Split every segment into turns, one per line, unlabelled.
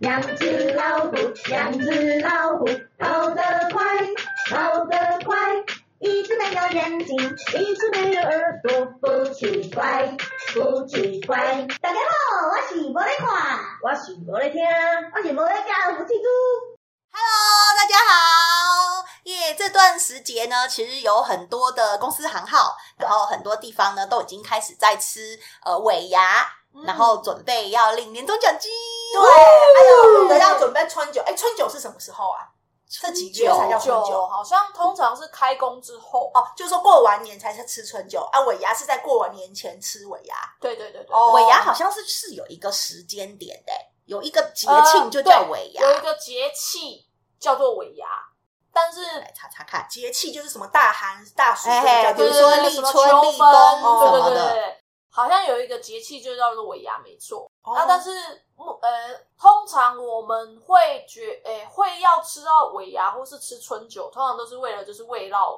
两只老虎，两只老虎，跑得快，跑得快。一只没有眼睛，一只没有耳朵，不奇怪，不奇怪。
大家好，我是无咧看，
我是无咧听，
我是无咧教福气猪。
Hello，大家好！耶、这段时节呢，其实有很多的公司行号，然后很多地方呢都已经开始在吃呃尾牙，然后准备要领年终奖金。
嗯
对，
哦
还有有的要准备春酒，哎，春酒是什么时候啊？这几月才叫春酒？
酒
好像通常是开工之后哦，就是说过完年才是吃春酒啊。尾牙是在过完年前吃尾牙，
对对对对，
哦
尾牙好像是是有一个时间点的、有一个节庆就叫
呃对
尾牙。
有一个节气叫做尾牙，但是
来查查看，
节气就是什么大寒大暑
哎
这
嘿
种叫，比如
对对
说
对
立哦
立
什么
春
秋
立
分，
冬
对
什么
对
的
对对，好像有一个节气就叫做尾牙，没错。那、
哦
啊但是目呃，通常我们会觉诶、会要吃到尾牙或是吃春酒，通常都是为了就是慰劳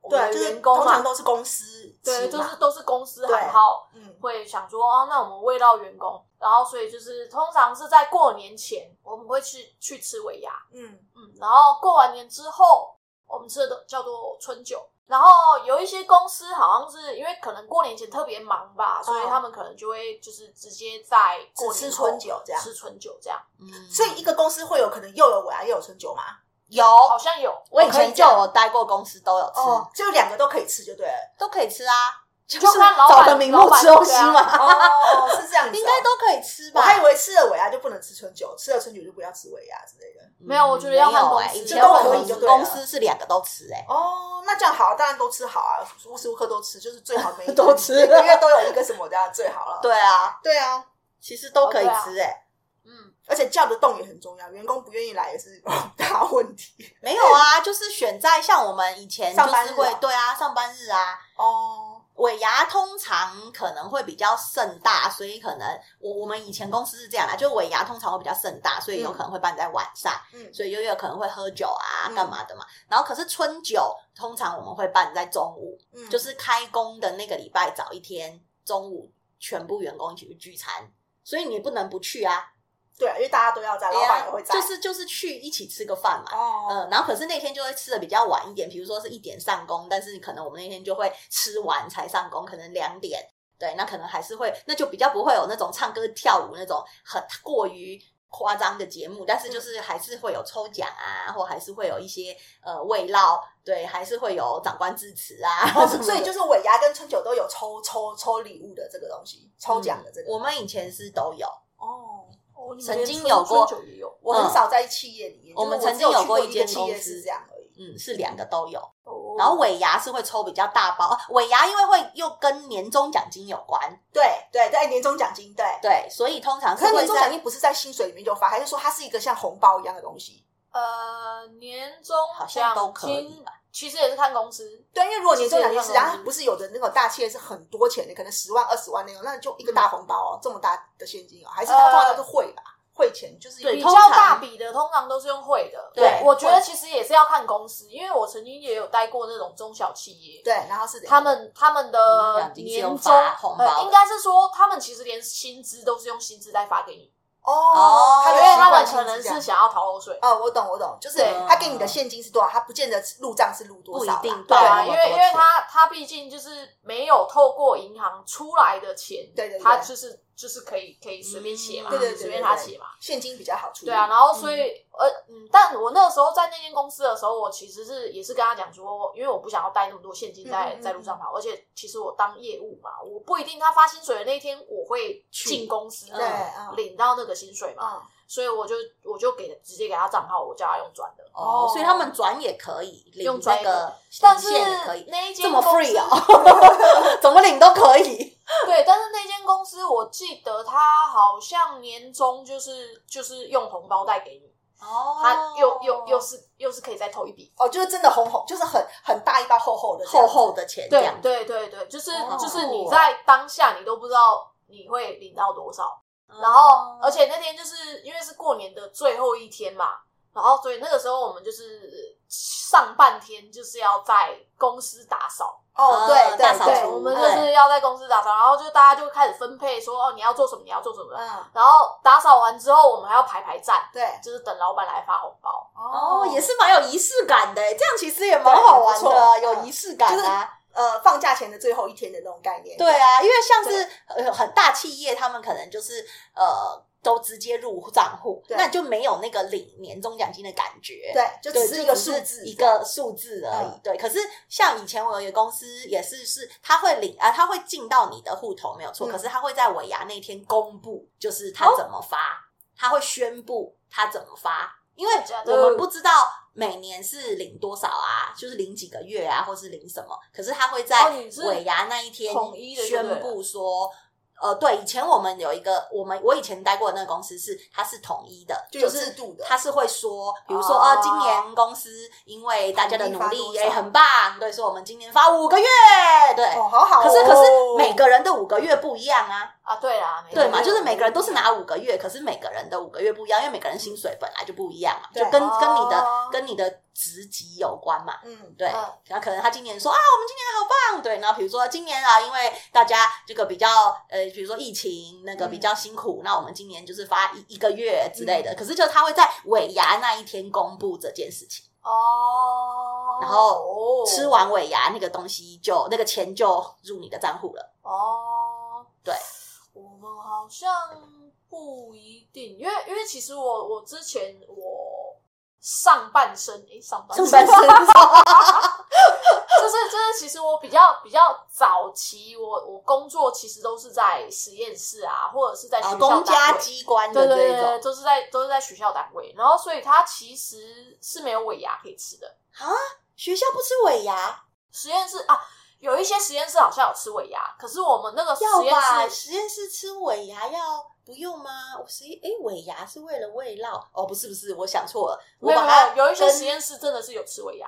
我们
对，啊
的
就是
员工
通常
嘛，
都是公司
对，
吃
就是
嘛，
都是公司
对
行号。
嗯，
会想说哦，那我们喂到员工，然后所以就是通常是在过年前我们会去去吃尾牙，
嗯，
嗯，然后过完年之后我们吃的都叫做春酒。然后有一些公司好像是因为可能过年前特别忙吧，所以
嗯
他们可能就会就是直接在过
只
年
吃
后
春酒这样
吃春酒这样，
嗯，
所以一个公司会有可能又有尾牙又有春酒嘛，
有。
好像有
我以
我可以
前就有待过公司，都有吃，
哦，就两个都可以吃就对了，
都可以吃啊，就
就看老板
找个名目吃东西
老板
嘛，
哦， 是这样子哦，
应该都可以吃
我
吧？
还以为吃了尾牙就不能吃春酒，吃了春酒就不要吃尾牙之类的。
嗯
没有我觉得要看
没有
公
哎
司
以前我们
都可以就对了
公司是两个都吃哎，
哦，那这样好，当然都吃好啊，无时无刻都吃，就是最好每 一
都吃
每个月都有一个什么这样最好了。
对啊，
对啊，
其实都可以吃哎，
嗯，
而且叫得动也很重要，员工不愿意来也是 大问题。
没有啊，就是选在像我们以前就
上班
是
日
会
啊
对啊上班日啊，
哦，
尾牙通常可能会比较盛大，所以可能我我们以前公司是这样啦，就尾牙通常会比较盛大，所以有可能会办在晚上，
嗯
所以又有可能会喝酒啊
嗯
干嘛的嘛。然后可是春酒通常我们会办在中午，
嗯
就是开工的那个礼拜早一天中午，全部员工一起去聚餐，所以你不能不去啊，
对，因为大家都要在，老板也会在，
就是就是去一起吃个饭嘛。
哦，
嗯，然后可是那天就会吃的比较晚一点，比如说是一点上工，但是可能我们那天就会吃完才上工，可能两点。对，那可能还是会，那就比较不会有那种唱歌跳舞那种很过于夸张的节目，但
嗯
是就是还是会有抽奖啊，或还是会有一些呃慰劳，对，还是会有长官致辞啊。
哦
什么的
所以就是尾牙跟春酒都有抽抽抽礼物的这个东西，抽奖的这
嗯
个。
我们以前是都有，
哦，
哦你们
曾
连
经
春
有过
春酒也有
我很少在企业里面，
我们
就是
曾经有过
嗯我只
一
去过
间
一个企业
公司
是这样而已。
嗯，是两个都有。
哦，
然后尾牙是会抽比较大包，尾牙因为会又跟年终奖金有关，
对对对，年终奖金对。
对，所以通常是
可是
会
年终
在
奖金不是在薪水里面就发，还是说它是一个像红包一样的东西？
呃年终
好像
奖
都可以
金
吧
其实也是看公司，
对，因为如果年终奖金是，
是这样
然后不是有的那种大企业是很多钱的，可能十万、二十万那种，那就一个大红包哦，这么大的现金哦，还是它通常都是汇吧，汇钱就是
对
比
通
较
常
大笔的通常都是用汇的。
对
我觉得其实也是要看公司，因为我曾经也有待过那种中小企业，
对，然后是
他们他们的
嗯
年
奖金是
终
用发红包的
呃应该是说他们其实连薪资都是用薪资在发给你，
哦，
因
的
为
习
他
惯
们
性
可能
这样
是想要逃漏税。
哦，我懂我懂，就是
对
他给你的现金是多少，他不见得入账是入多少啦，
不一定
对
对
啊，
我
因
懂
为因
我
为
懂
他他毕竟就是没有透过银行出来的钱，
对对对嗯
他就是就是可以可以随便写嘛，
对对对对
随便他
对
写嘛。
现金比较好处理。
对啊，然后所以、呃嗯，但我那个时候在那间公司的时候，我其实是也是跟他讲说，因为我不想要带那么多现金在、
嗯嗯嗯
在路上跑，而且其实我当业务嘛，我不一定他发薪水的那一天我会进公司
对嗯
领到那个薪水嘛，
嗯，
所以我就我就给直接给他账号，我叫他用转的。
哦
哦，
所以他们转也可以，领
用转
那
也
个
但
领
是
现也可以，
那一
这
间
么
公司
free 哦，怎么领都可以。
对，但是那间公司我记得他好像年终就是就是用红包袋给你，
哦
他又又又是又是可以再投一笔。
哦，就是真的红红，就是很很大一包厚厚的这
厚
样子，
厚的钱这
对
样子，
对对对，就是、
哦
就是你在当下你都不知道你会领到多少，然
哦
后而且那天就是因为是过年的最后一天嘛，然后所以那个时候我们就是上半天就是要在公司打扫，
哦，对
嗯大扫
对
除
嗯
嗯
对，
我们就
对
是要在公司打扫，然后就大家就开始分配说哦，你要做什么，你要做什么。
嗯，
然后打扫完之后，我们还要排排站，
对，
就是等老板来发红包。
哦，也是蛮有仪式感的，这样其实也蛮好玩
对
的，
不错
有
嗯
仪式感啊。
呃，放假前的最后一天的那种概念，
对，啊，因为像是呃很大企业，他们可能就是呃都直接入账户，
对
那就没有那个领年终奖金的感觉。
对，就
对
只是一个数字，
一个数字而已。
嗯
对，可是像以前我有一个公司也是，是他会领啊，他会进到你的户头没有错，
嗯哦
可是他会在尾牙那天公布，就是他怎么发，他会宣布他怎么发，因为
真的假的
我们不知道。每年是领多少啊？就是领几个月啊，或是领什么？可是他会在
哦你是
尾牙那一天
统一的就对
宣
了
布说，呃，对，以前我们有一个，我们我以前待过的那个公司是它是统一的，
就有
是
制度的，
他是会说，比如说
哦
啊，今年公司因为大家的努
努
力
力发多
也
少
很棒，对，所以我们今年发五个月，对。
哦，好好哦，
可是可是每个人的五个月不一样啊，
啊，对啦，没错
对嘛？就是每个人都是拿五个月，可是每个人的五个月不一样，因为每个人薪水本来就不一样嘛，
对
就跟
哦
跟你的跟你的职级有关嘛。
嗯，
对
嗯，
然后可能他今年说啊，我们今年好棒，对。然后比如说今年啊，因为大家这个比较呃，比如说疫情那个比较辛苦，那我们今年就是发一一个月之类的。可是就他会在尾牙那一天公布这件事情，
哦，
然后
哦
吃完尾牙那个东西就那个钱就入你的账户了。
哦，
对，
我们好像不一定，因为因为其实我我之前我上半身诶、上半身
上半身
就是就是其实我比较比较早期我我工作其实都是在实验室啊，或者是在学
啊，
校
公
单
家
位
机关
对
的
对
这
对，对
种
都是在都是在学校单位，然后所以它其实是没有尾牙可以吃的。
啊，学校不吃尾牙，
实验室啊，有一些实验室好像有吃尾牙，可是我们那个实
要吧？
验室
实验室吃尾牙要不用吗？我实哎尾牙是为了喂药哦，不是不是，我想错了，我
没有
把
没
它
有，有一些
跟
实验室真的是有吃尾牙。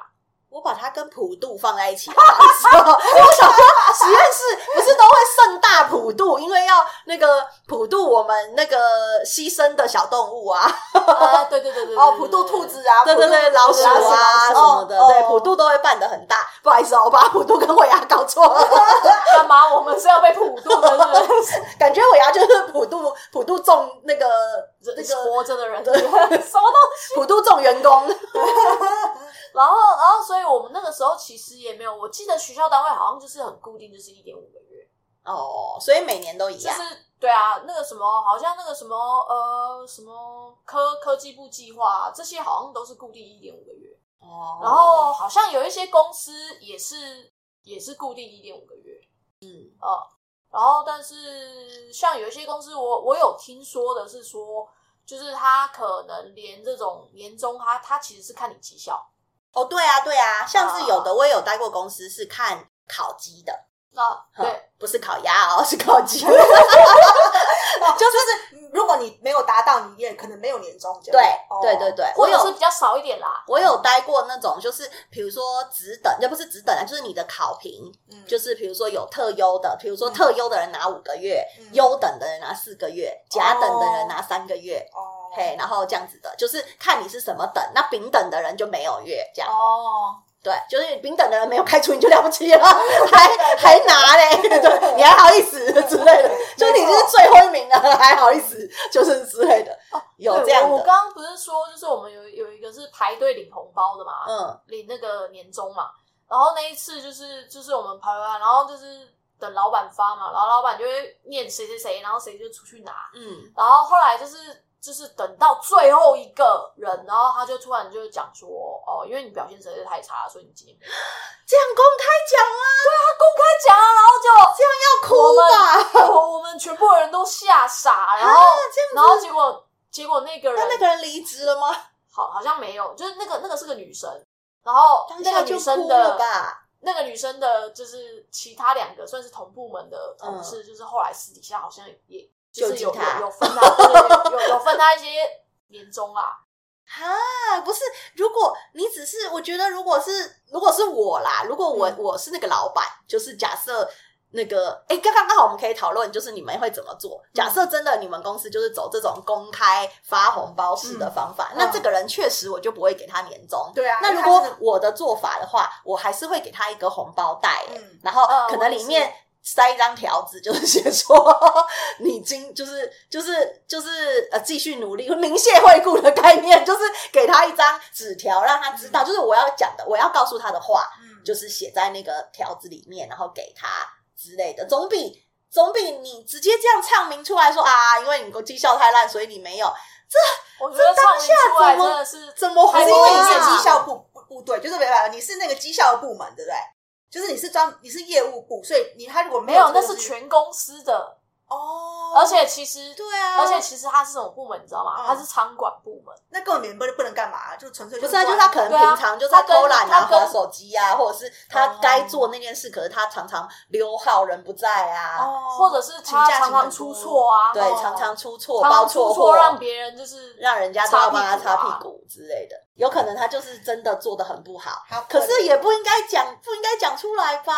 我把它跟普渡放在一 起，不好意思哦因为我想说实验室不是都会盛大普渡，因为要那个普渡我们那个牺牲的小动物啊，
啊，对对对对，对
哦，普渡兔，子啊，
对对对，
普渡
老鼠
老鼠
啊什
老鼠
么的，
哦
对，
哦
普渡都会办的很大。不好意思哦，我把普渡跟尾牙搞错了，
对对对干嘛？我们是要被普渡的，是 不是？
感觉尾牙就是普渡普渡众那个那
人
个
活着的 人，什
对
么东西？
普渡众员工，
然后，然后，所以我们那个时候其实也没有，我记得学校单位好像就是很固定，就是一点五个月。
哦，所以每年都一
就
样
是。对啊，那个什么，好像那个什么呃，什么科科技部计划、啊这些，好像都是固定一点五个月。
哦
然后好像有一些公司也是也是固定一点五个月。嗯呃，然后但是像有一些公司我，我有听说的是说，就是他可能连这种年终他他其实是看你绩效。
哦，对啊，对啊，像是有的我也有待过公司是看烤鸡的。
那、对
对，不是烤鸭哦，是烤鸡。 就是
如果你没有达到，你也可能没有年终奖。
对
哦
对对，对，
或
我
者是
有
比较少一点啦。
我有待过那种，就是比如说职等，也不是职等啊，就是你的考评，
嗯
就是比如说有特优的，比如说
嗯
特优的人拿五个月
嗯，
优等的人拿四个
哦
月，甲等的人拿三个月。
哦，
嘿，然后这样子的，就是看你是什么等，那丙等的人就没有月，这样、
哦，
对，就是丙等的人没有开除你就了不起 了，还还拿嘞，对，你还好意思之类的，就是你就是最后一名了，还好意思，就是之类的，有
哦对
这样
我我
的，
刚刚不是说，就是我们有有一个是排队领红包的嘛，
嗯。
领那个年终嘛。然后那一次就是就是我们排完，然后就是等老板发嘛，然后老板就会念谁谁谁，然后谁就出去拿。
嗯，
然后后来就是就是等到最后一个人，然后他就突然就讲说，哦，因为你表现实在是太差了，所以你今天没有
这样公开讲啊，
他公开讲啊，然后
这样要
我
哭
们
吧？
就我我们全部人都吓傻，然后、
啊，这
然
样
后
子，
结果结果那个人
那那个人离职了吗？
好好像没有，就是那个那个是个女生，然后
当
那
下
个
就
女生
哭了
的
吧？
那个女生的，就是其他两个算是同部门的同
嗯
事，就是后来私底下好像也就是
救济
有有
她
有分她，对有有有分她一些年终啦。
啊，不是，如果你只
嗯
是，我觉得如果是如果是我啦，如果我、我是那个老板，就是假设那个，哎，刚刚刚好我们可以讨论，就是你们会怎么做？
嗯
假设真的你们公司就是走这种公开发红包式的方法，那这个人确实我就不会给他年终。
嗯对啊，
那如
因为
果
他真的
我的做法的话，我还是会给他一个红包袋、欸
嗯
然后
呃
可能
我也
里
是
面塞一张条子， 就是写说你今就是就是就是呃继续努力，明谢惠顾的概念，就是给他一张纸条，让他
嗯
知道，就是我要讲的，我要告诉他的话，
嗯
就是写在那个条子里面，然后给他之类的，总比。总比你直接这样唱明出来说啊，因为你绩效太烂，所以你没有，
我觉得唱名出来真的是
怎么活
还
还
是
是因为你
啊？
是绩效部部部队，就是没办法，你是那个绩效部门，对不对？就是你是专你是业务部，所以你他如果没
没有，
这个
那
东
是
西
全公司的，
哦，
而且其实
对啊
而且其实他是什么部门，你知道吗？
嗯
他是仓管部门。
那根本你们不能不能干嘛，就纯粹
不是
赚
啊，就是他可能
对啊
平常就是
他跟
偷懒啊、
他跟
划手机啊，或者是他该做那件事，可是他常常溜号，人不在啊，
哦，
或者是他
请假
常常
请
出
很多
错啊，
对
哦，
常常出错、
常
包
常
错
出
货
错，，让别人就是
让人家都要帮他擦
擦屁股啊
屁股之类的。有可能他就是真的做的很不好，
好
可
怜
是也不应该讲，不应该讲出来吧？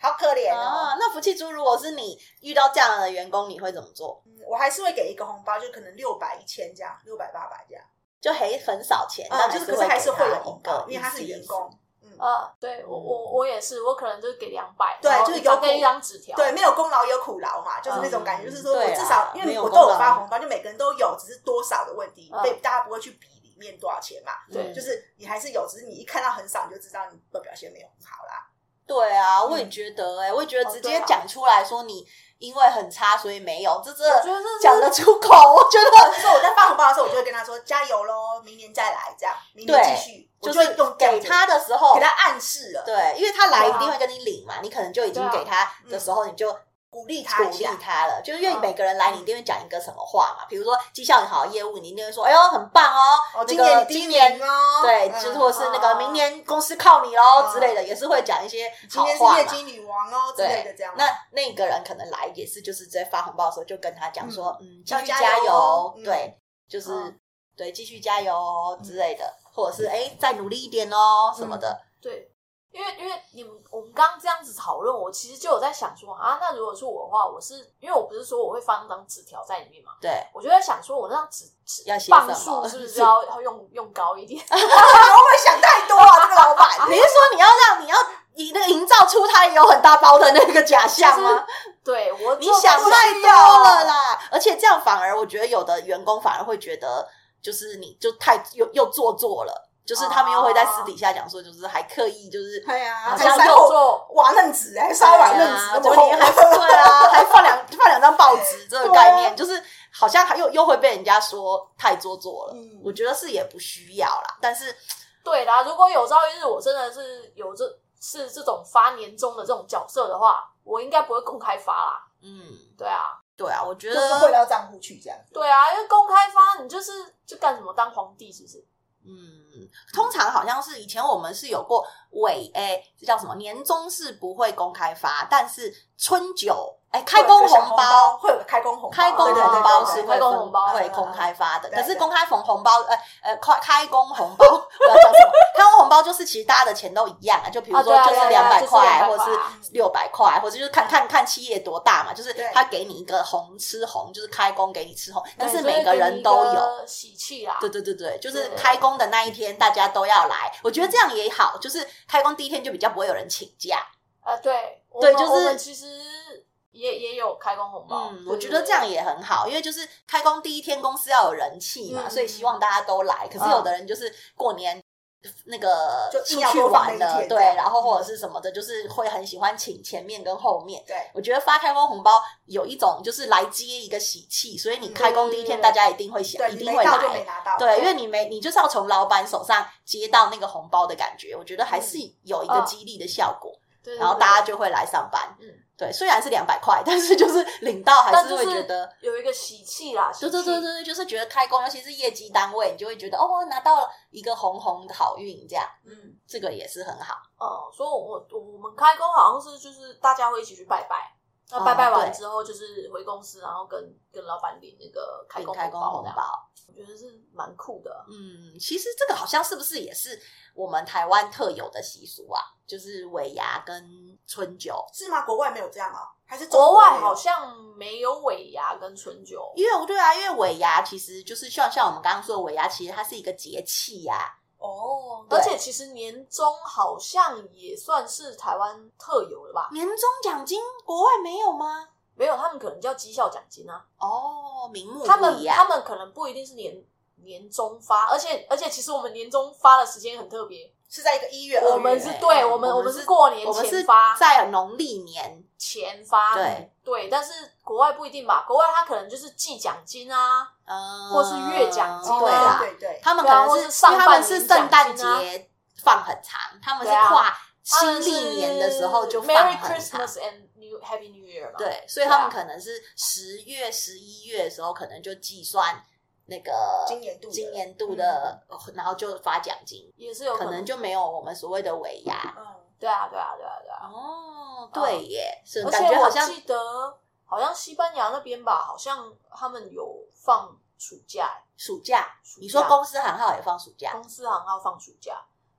好可怜哦。
啊，那福气猪，如果是你遇到这样的员工，你会怎么做？
嗯我还是会给一个红包，就可能六百、一千这样，六百、八百这样。
就很很少钱，
嗯
但
就是可
是
是还是
会
会
给
有
他
红
一
包
个，
因为他是
意思
员。工。嗯，
呃，对我我我也是，我可能就是给两百，
对
然后
就是
一张
有
跟
苦
一张纸条，
对，没有功劳也有苦劳嘛，就是那种感觉，
嗯
就是说我
对啊
至少因
没
为
有
我都有
功劳
发红包，就每个人都有，只是多少的问题
嗯，
被大家不会去比里面多少钱嘛。
对
嗯
就是你还是有，只是你一看到很少，你就知道你的表现没有很好啦。
对啊，我也觉得哎、我也觉得
哦
直
对
接
啊
讲出来说你因为很差所以没有，这真
我觉
的
得这是
讲得出口，我觉得
所以我在发红包的时候，我就会跟他说加油喽，明年再来这样，明年
对
继续， 我
就
就会
是
用这样
给
子
他的时候
给，他暗示了，
对，因为他来
对
一
啊
定会跟你领嘛，你可能就已经
对啊
给他的时候，你就。
鼓励他
鼓
一
励
下。
他了，就是因为
嗯
每个人来，你一定会讲一个什么话嘛？比如说绩效很好的业务，你一定会说：“哎呦，很棒哦！”
哦，
那
今
个
年
今
今
年
年哦，
对，
嗯
就是或是那个
嗯
明年公司靠你喽
嗯
之类的，也是会讲一些
今
好
天是
话
业
嘛。
绩女王哦之
对
类的这样。
那那个人可能来也是，就是在发红包的时候就跟他讲说，嗯，继
要
续
加
加
油
油
哦，嗯
对，就是、
嗯
对，继续加油哦之类的，或者是哎、再努力一点哦什么的，
对，因为因为你们我们刚刚这样子讨论，我其实就有在想说啊，那如果是我的话，我是因为我不是说我会放一张纸条在里面嘛，
对，
我就在想说我那张纸纸
要写
磅
什么
数是 不是要要用用高一点？
会不会想太多啊，这个老板？
你是说你要让你要你那个营造出他有很大包的那个假象吗？
对我
你
就在
想太
说
多了啦，而且这样反而我觉得有的员工反而会觉得，就是你就太又又做作了。就是他们又会在私底下讲说，就是还刻意就是
对呀，
啊好
还
像
塞
就
厚
做
瓦楞纸，还塞瓦楞纸
啊，
那
就
么
你
厚，
还对 啊，还放两放两张报纸，这个
对啊
概念就是好像还又又会被人家说太做作了。
啊嗯
我觉得是也不需要啦，但是
对啦，如果有朝一日我真的是有这是这种发年终的这种角色的话，我应该不会公开发啦。
嗯，
对啊，
对啊，我觉
就是汇
得
到账户去这样。
对啊，因为公开发你就是就干什么当皇帝是不是？
嗯，通常好像是以前我们是有过尾诶，这叫什么？年终是不会公开发，但是春酒哎、开工
会有个小
红
红
包。
会有个开工红包，
开工
对
红包是
对对对对
会
开工
分
红包
会公开发的，
对
可
对
是
对
公开红红包，呃呃，开开工红包， 我要讲什么？开工红包就是其实大家的钱都一样啊，就比如
啊
说
对啊
就是
对啊
两百
就是
块，
200
或者
块啊
是六百块，或者就是看看看企业多大嘛，就是
对
他给你一个红吃红，就是开工给你吃红，但是
对
每个人都有，
喜气啦。
对对对对，就是
对
开工的那一天，大家都要来。我觉得这样也好，就是开工第一天就比较不会有人请假。
呃，对，我
对
们
就是
我们其实也也有开工红包。
嗯，
对
我觉得这样也很好，因为就是开工第一天公司要有人气嘛，
嗯
所以希望大家都来。可是
嗯
有的人就是过年。那个
就
出
硬要
去
多放
玩
那一
了，
天
对
这，样嗯
然后或者是什么的，就是会很喜欢请前面跟后面。
对，
我觉得发开工红包有一种就是来接一个喜气，所以你
嗯
开工第一天
对对对
大家一定会想，
对，
一
你
定
没
会
到就
来
没。拿到，
对，因为你没，你就是要从老板手上接到那个红包的感觉，我觉得还是有一个
嗯
激励的效果，
对，对
然后大家
对
就会来上班。
嗯
对，虽然是两百块，但是就是领到还
但
是会觉得，
有一个喜气啦，
对
喜
对
气
对对对，就是觉得开工，尤其是业绩单位，你就会觉得哦，拿到了一个红红的好运，这样，
嗯，
这个也是很好。
哦、所以我我我们开工好像是就是大家会一起去拜拜，那
哦
拜拜完
对
之后就是回公司，然后跟跟老板领那个开
领
工
开工
包
红
这样。
包，
我觉得是蛮酷的。
嗯，其实这个好像是不是也是我们台湾特有的习俗啊？就是尾牙跟春酒，
是吗？国外没有这样啊？还
嗯
是中
国外
没有
好像没有尾牙跟春酒，
因为对啊，因为尾牙其实就是像像我们刚刚说的尾牙，其实它是一个节气呀、
哦，
对
而且其实年终好像也算是台湾特有了吧？
年终奖金国外没有吗？
没有，他们可能叫绩效奖金啊，
哦，名目
他
不
们
一
他
样。
们可能不一定是年年终发，而且而且其实我们年终发的时间很特别，
是在一个一月，哎
我们是对我们
我
我
们
们
是
是过年
我们是
前发嗯
在农历年，
前发
对
对，但是国外不一定吧？国外他可能就是季奖金啊，
嗯，
或是月奖金啊
对啦
啊
哦对对对，
他们可
对啊
能
或
是
是上
因为他
半
们是
年
圣
奖
诞
金啊
节放很长，他们是
对啊
跨
他
新
们是
历年的时候就放
Merry
很长。
Christmas and New Happy New Year 嘛，
对，所以他们
对啊
可能是十月、十一月的时候，可能就计算那个
今年度的
今年
嗯
度的，然后就发奖金，
也是有
可能就没有我们所谓的尾牙。
嗯，
对啊对啊对啊对啊，
哦，
哦
对耶，是
而
感
且
觉
我
好像
记得好像西班牙那边吧，好像他们有放暑假、欸
暑假，
暑假
你说公司行号也放暑假，
公司行号放暑假，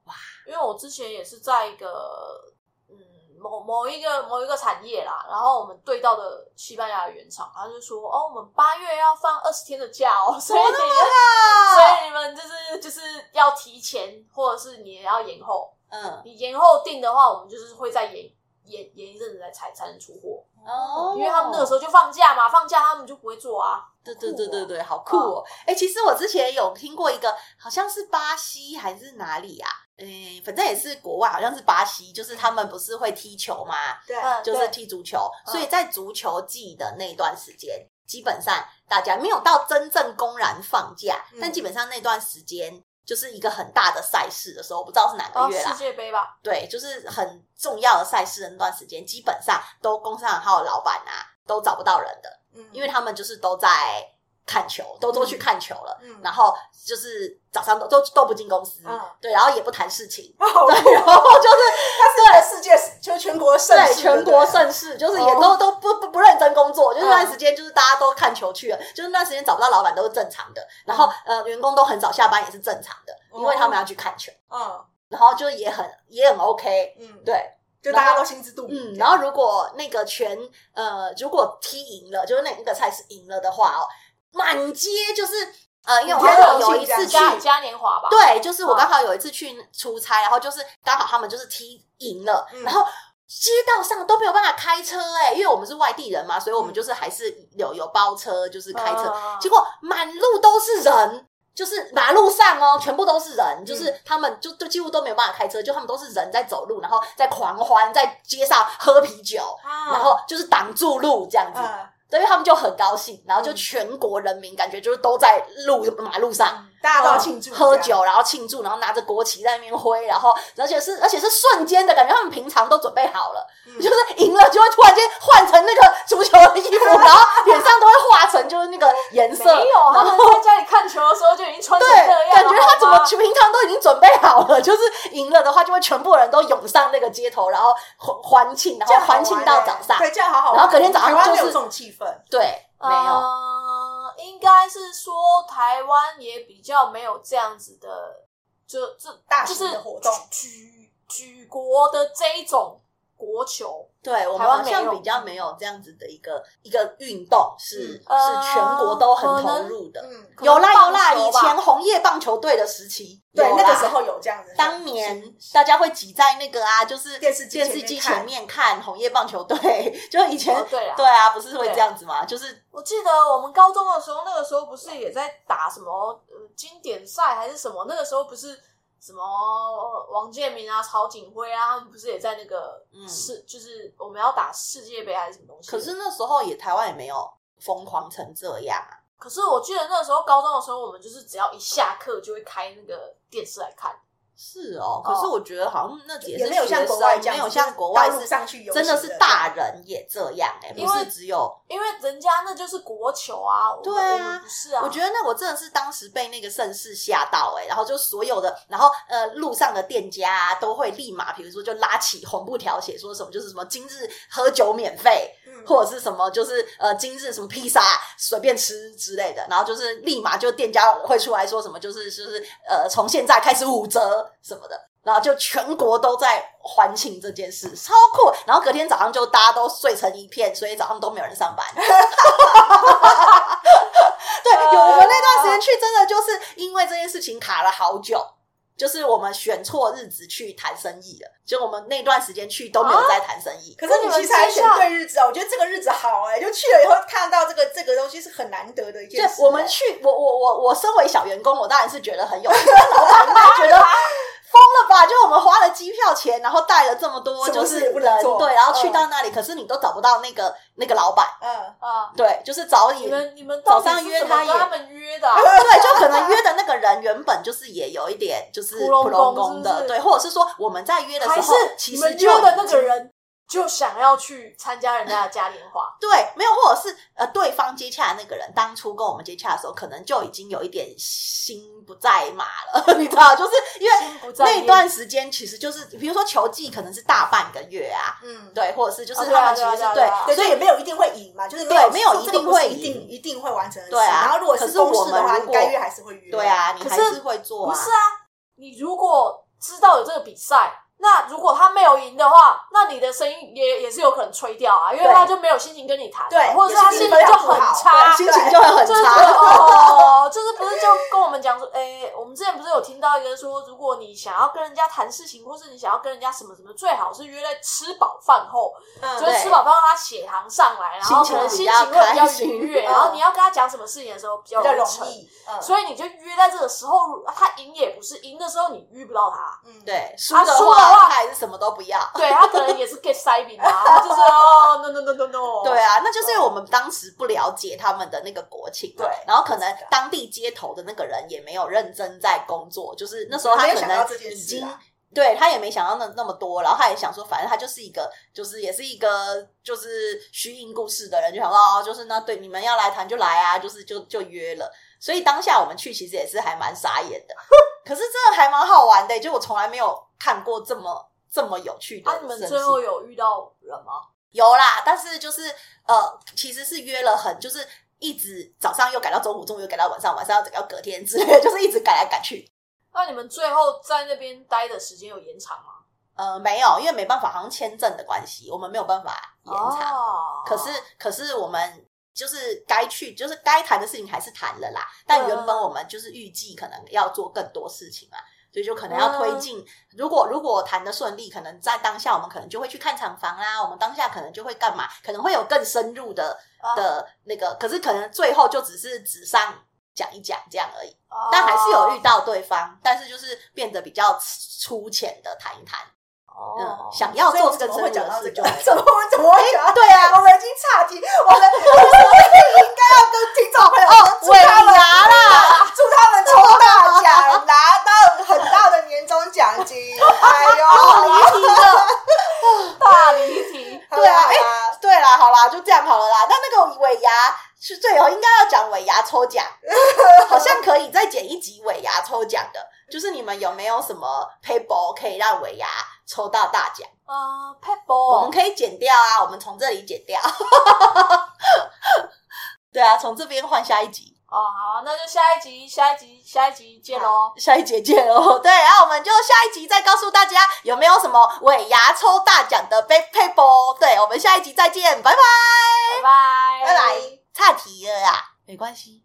哇！因为我之前也是在一个嗯某某一个某一个产业啦，然后我们对到的西班牙的原厂，他就说哦，我们八月要放二十天的假哦，所以你们所以你们就是就是要提前，或者是你也要延后。
嗯，
你延后订的话，我们就是会再延延延一阵子才才才能出货。
哦
因为他们那个时候就放假嘛，放假他们就不会做啊。
对对对对对，好酷哦！哎、其实我之前有听过一个，好像是巴西还是哪里啊？哎，反正也是国外，好像是巴西，就是他们不是会踢球吗？
对，
嗯，
就是
对
踢足球，
嗯
所以在足球季的那段时间，基本上大家没有到真正公然放假，
嗯
但基本上那段时间就是一个很大的赛事的时候，我不知道是哪
哦，
个月啦
世，界杯吧，
对，就是很重要的赛事的那段时间，基本上都工商号老板啊都找不到人的，
嗯
因为他们就是都在看球，都都去看球了，
嗯
然后就是早上都都都不进公司，
嗯
对，然后也不谈事情，
好酷
对，然后就是
它是一个世界就是全国盛
对
世，
全国盛世，就是也
哦
都、都不不不认真工作，就是那段时间就是大家都看球去了，就是那段时间找不到老板都是正常的，然后呃员工都很早下班也是正常的，因为他们要去看球，
嗯
然后就也很也很 OK，
嗯，
对，
就大家都心知肚明。
嗯，然后如果那个全呃，如果踢赢了，就是那那个赛事赢了的话哦，满街就是呃，因为我
天
刚好
龙
有
庆
一
家
次去，
嘉嘉年华吧，
对，就是我
嗯
刚好有一次去出差，然后就是刚好他们就是踢赢了，
嗯
然后。街道上都没有办法开车哎、因为我们是外地人嘛，所以我们
嗯
就是还是有有包车，就是开
哦
车。
嗯
结果满路都是人，就是马路上
嗯
哦，全部都是人，就是他们就就几乎都没有办法开车，就他们都是人在走路，然后在狂欢，在街上喝啤
嗯
酒，然
然
后就是挡住路这样子，
嗯，
所以他们就很高兴，然后就全国人民感觉就是都在路马路上。
大家都要庆祝
哦喝
这样，
酒，然后庆祝，然后拿着国旗在那边挥，然后而且是而且是瞬间的感觉，他们平常都准备好了，
嗯
就是赢了就会突然间换成那个足球的衣服，然后脸上都会画成就是那个颜色，
没有，他
然
们
后
在家里看球的时候就已经穿成这样
对，
了，
感觉他怎
好
么
吗
平常都已经准备好了，就是赢了的话就会全部人都涌上那个街头，然后欢欢庆，然
这
后
样好玩
欢庆到
欸
早上，
对，这样好好玩。哦
然后隔天早上
台湾没
就是
有这种气氛，
对，没有，
呃，应该是说台湾也比较没有这样子的，就这
大
就
型
是
的活动
举举国的这一种国球，
对我们
台湾
好
没
像
有
比较没有这样子的一个一个运动是
嗯
是全国都很
呃可
投
能
入的。
嗯，
可能
有啦有啦，
棒球
以
吧
前红叶棒球队的时期，
对，
有啦
那个时候有这样子，
当年大家会挤在那个啊，就是
电视机
电视
前面
机
看
前面看红叶棒球队， 就以前
哦对啦
对啊，不是会
对啊
这样子吗？就是
我记得我们高中的时候，那个时候不是也在打什么呃经典赛还是什么？那个时候不是什么呃王建民啊、曹景辉啊，他们不是也在那个
嗯
世，就是我们要打世界杯还是什么东西？
可是那时候也台湾也没有疯狂成这样啊，
可是我记得那时候高中的时候，我们就是只要一下课就会开那个电视来看。
是哦。可是我觉得好像那也
也
是
没有像
学生
国外这样子，
没有像国外
就是道路
是
上去游
真的
行
是
的
大人也这样哎、
因
不
为
是只有
因为人家那就是国球啊，我们
对啊
我们不是啊，
我觉得那我真的是当时被那个盛世吓到哎、欸然后就所有的，然后呃路上的店家、啊、都会立马，比如说就拉起红布条写说什么就是什么今日喝酒免费，
嗯
或者是什么就是呃今日什么披萨随便吃之类的，然后就是立马就店家会出来说什么就是就是呃从现在开始五折什么的。然后就全国都在欢庆这件事，超酷！然后隔天早上就大家都睡成一片，所以早上都没有人上班。 对，有我们那段时间去，真的就是因为这件事情卡了好久，就是我们选错日子去谈生意了，就我们那段时间去都没有在谈生意。
可是你其实还选对日子啊，我觉得这个日子好哎、就去了以后看到这个这个东西是很难得的一件
对
事、，啊嗯
我
啊
们去，我我我我身为小员工，我当然是觉得很有趣， 但老板应该觉得疯了吧？就我们花了机票钱，然后带了这么多
什么
就
事
是
也不能
人，
做
对，然后去
嗯
到那里，可是你都找不到那个那个老板，
嗯，
啊，
对，就是找你
你们你们到底
早上
是
约
怎么
他
跟
也
他们约 的啊、
对，就可能约的那个人原本就是也有一点就是
普龙
龙
宫
宫
是不是
的，对，或者是说我们在约的时
还是
候，
你
其实
们
就
约的那
已
个
经？
人就想要去参加人家的嘉年华
对，没有，或者是呃，对方接洽的那个人当初跟我们接洽的时候，可能就已经有一点心不在马了， 你知道，就是因为
心不在
那
焉
段时间其实就是，比如说球季可能是大半个月啊，
嗯
对，或者是就是
哦对啊
他们其实是
对啊对
对
啊对啊，
对，所以也没有一定会赢嘛，就是没有
对没有
说
一
这个
定
不是
会
一定
赢
一定会完成的事。
对啊
然后如果
可是
公
我
式
们
的话，
如
你
果
该约还是会约。
对，啊，你
可
还
是
是会做
不
啊，
是啊，你如果知道有这个比赛。那如果他没有赢的话，那你的生意也也是有可能吹掉啊，因为
对
他就没有心情跟你谈啊，
对
或者是他
也是
心
心情
就
不
很
好
差，啊
心情就会很
就是
差。
哦，就是不是就跟我们讲说，诶，我们之前不是有听到一个说，如果你想要跟人家谈事情，或是你想要跟人家什么什么，最好是约在吃饱饭后，
嗯
就是吃饱饭后他血糖上来，然后可能
心
心情
情
会
会
比
比
较
较
愉悦，
开心
然后你要跟他讲什么事情的时候比较
比较容
成。
易。嗯，
所以你就约在这个时候，他赢也不是，赢的时候你遇不到他，
嗯，
对，输
啊
的
输的
话
话
他还是什么都不要。
对他可能也是 get 塞饼啊，他就是哦 no no no no no，
对啊，那就是因为我们当时不了解他们的那个国情嘛，
对
然后可能当地街头的那个人也没有认真在工作，就是那时候他
没有
可
想到
能
这件
已
事
经
啊。
对他也没想到那那么多，然后他也想说，反正他就是一个，就是也是一个，就是虚应故事的人，就想说哦，就是那对你们要来谈就来啊，就是就就约了。所以当下我们去其实也是还蛮傻眼的，可是真的还蛮好玩的、就我从来没有看过这么这么有趣的
啊
盛，事。
你们最后有遇到人吗？
有啦，但是就是呃，其实是约了很，就是一直早上又改到中午，中午又改到晚上，晚上又改到隔天之类的，就是一直改来改去。
那你们最后在那边待的时间有延长吗？
呃，没有，因为没办法，好像签证的关系，我们没有办法延长。
哦
可是，可是我们就是该去，就是该谈的事情还是谈了啦。但原本我们就是预计可能要做更多事情嘛，所以就可能要推进。如果如果谈的顺利，可能在当下我们可能就会去看厂房啦，我们当下可能就会干嘛，可能会有更深入的
啊
的那个，可是可能最后就只是纸上讲一讲这样而已，
啊
但还是有遇到对方，但是就是变得比较粗浅的谈一谈，
哦
嗯，，想要
所以我
做
们
更
怎么
深入的事
会讲到这个
就。
怎么会 怎么会讲到？
对啊，
我们已经岔题，我们我们应该要跟听众朋友说，祝
哦尾
他们
牙啦，
祝他们抽大奖，拿到很大的年终奖 金。哎
哦
呦，
离题 了，
大离题，
对啊，
好
哎、
啦
对啦，好啦，就这样好了啦。那那个尾牙是最后应该要讲尾牙抽奖，好像可以再剪一集尾牙抽奖的，就是你们有没有什么 paper 可以让尾牙抽到大奖？
啊 p e b
我们
b
可以剪掉啊，我们从这里剪 掉。对啊，从这边换下一集，
哦，好，那就下一集，下一集，下一集见喽。
下一节见哦。 对，然、后我们就下一集再告诉大家有没有什么尾牙抽大奖的 p a p e 对，我们下一集再见，拜拜。
拜拜，
拜拜。
差题了啦，没关系。啊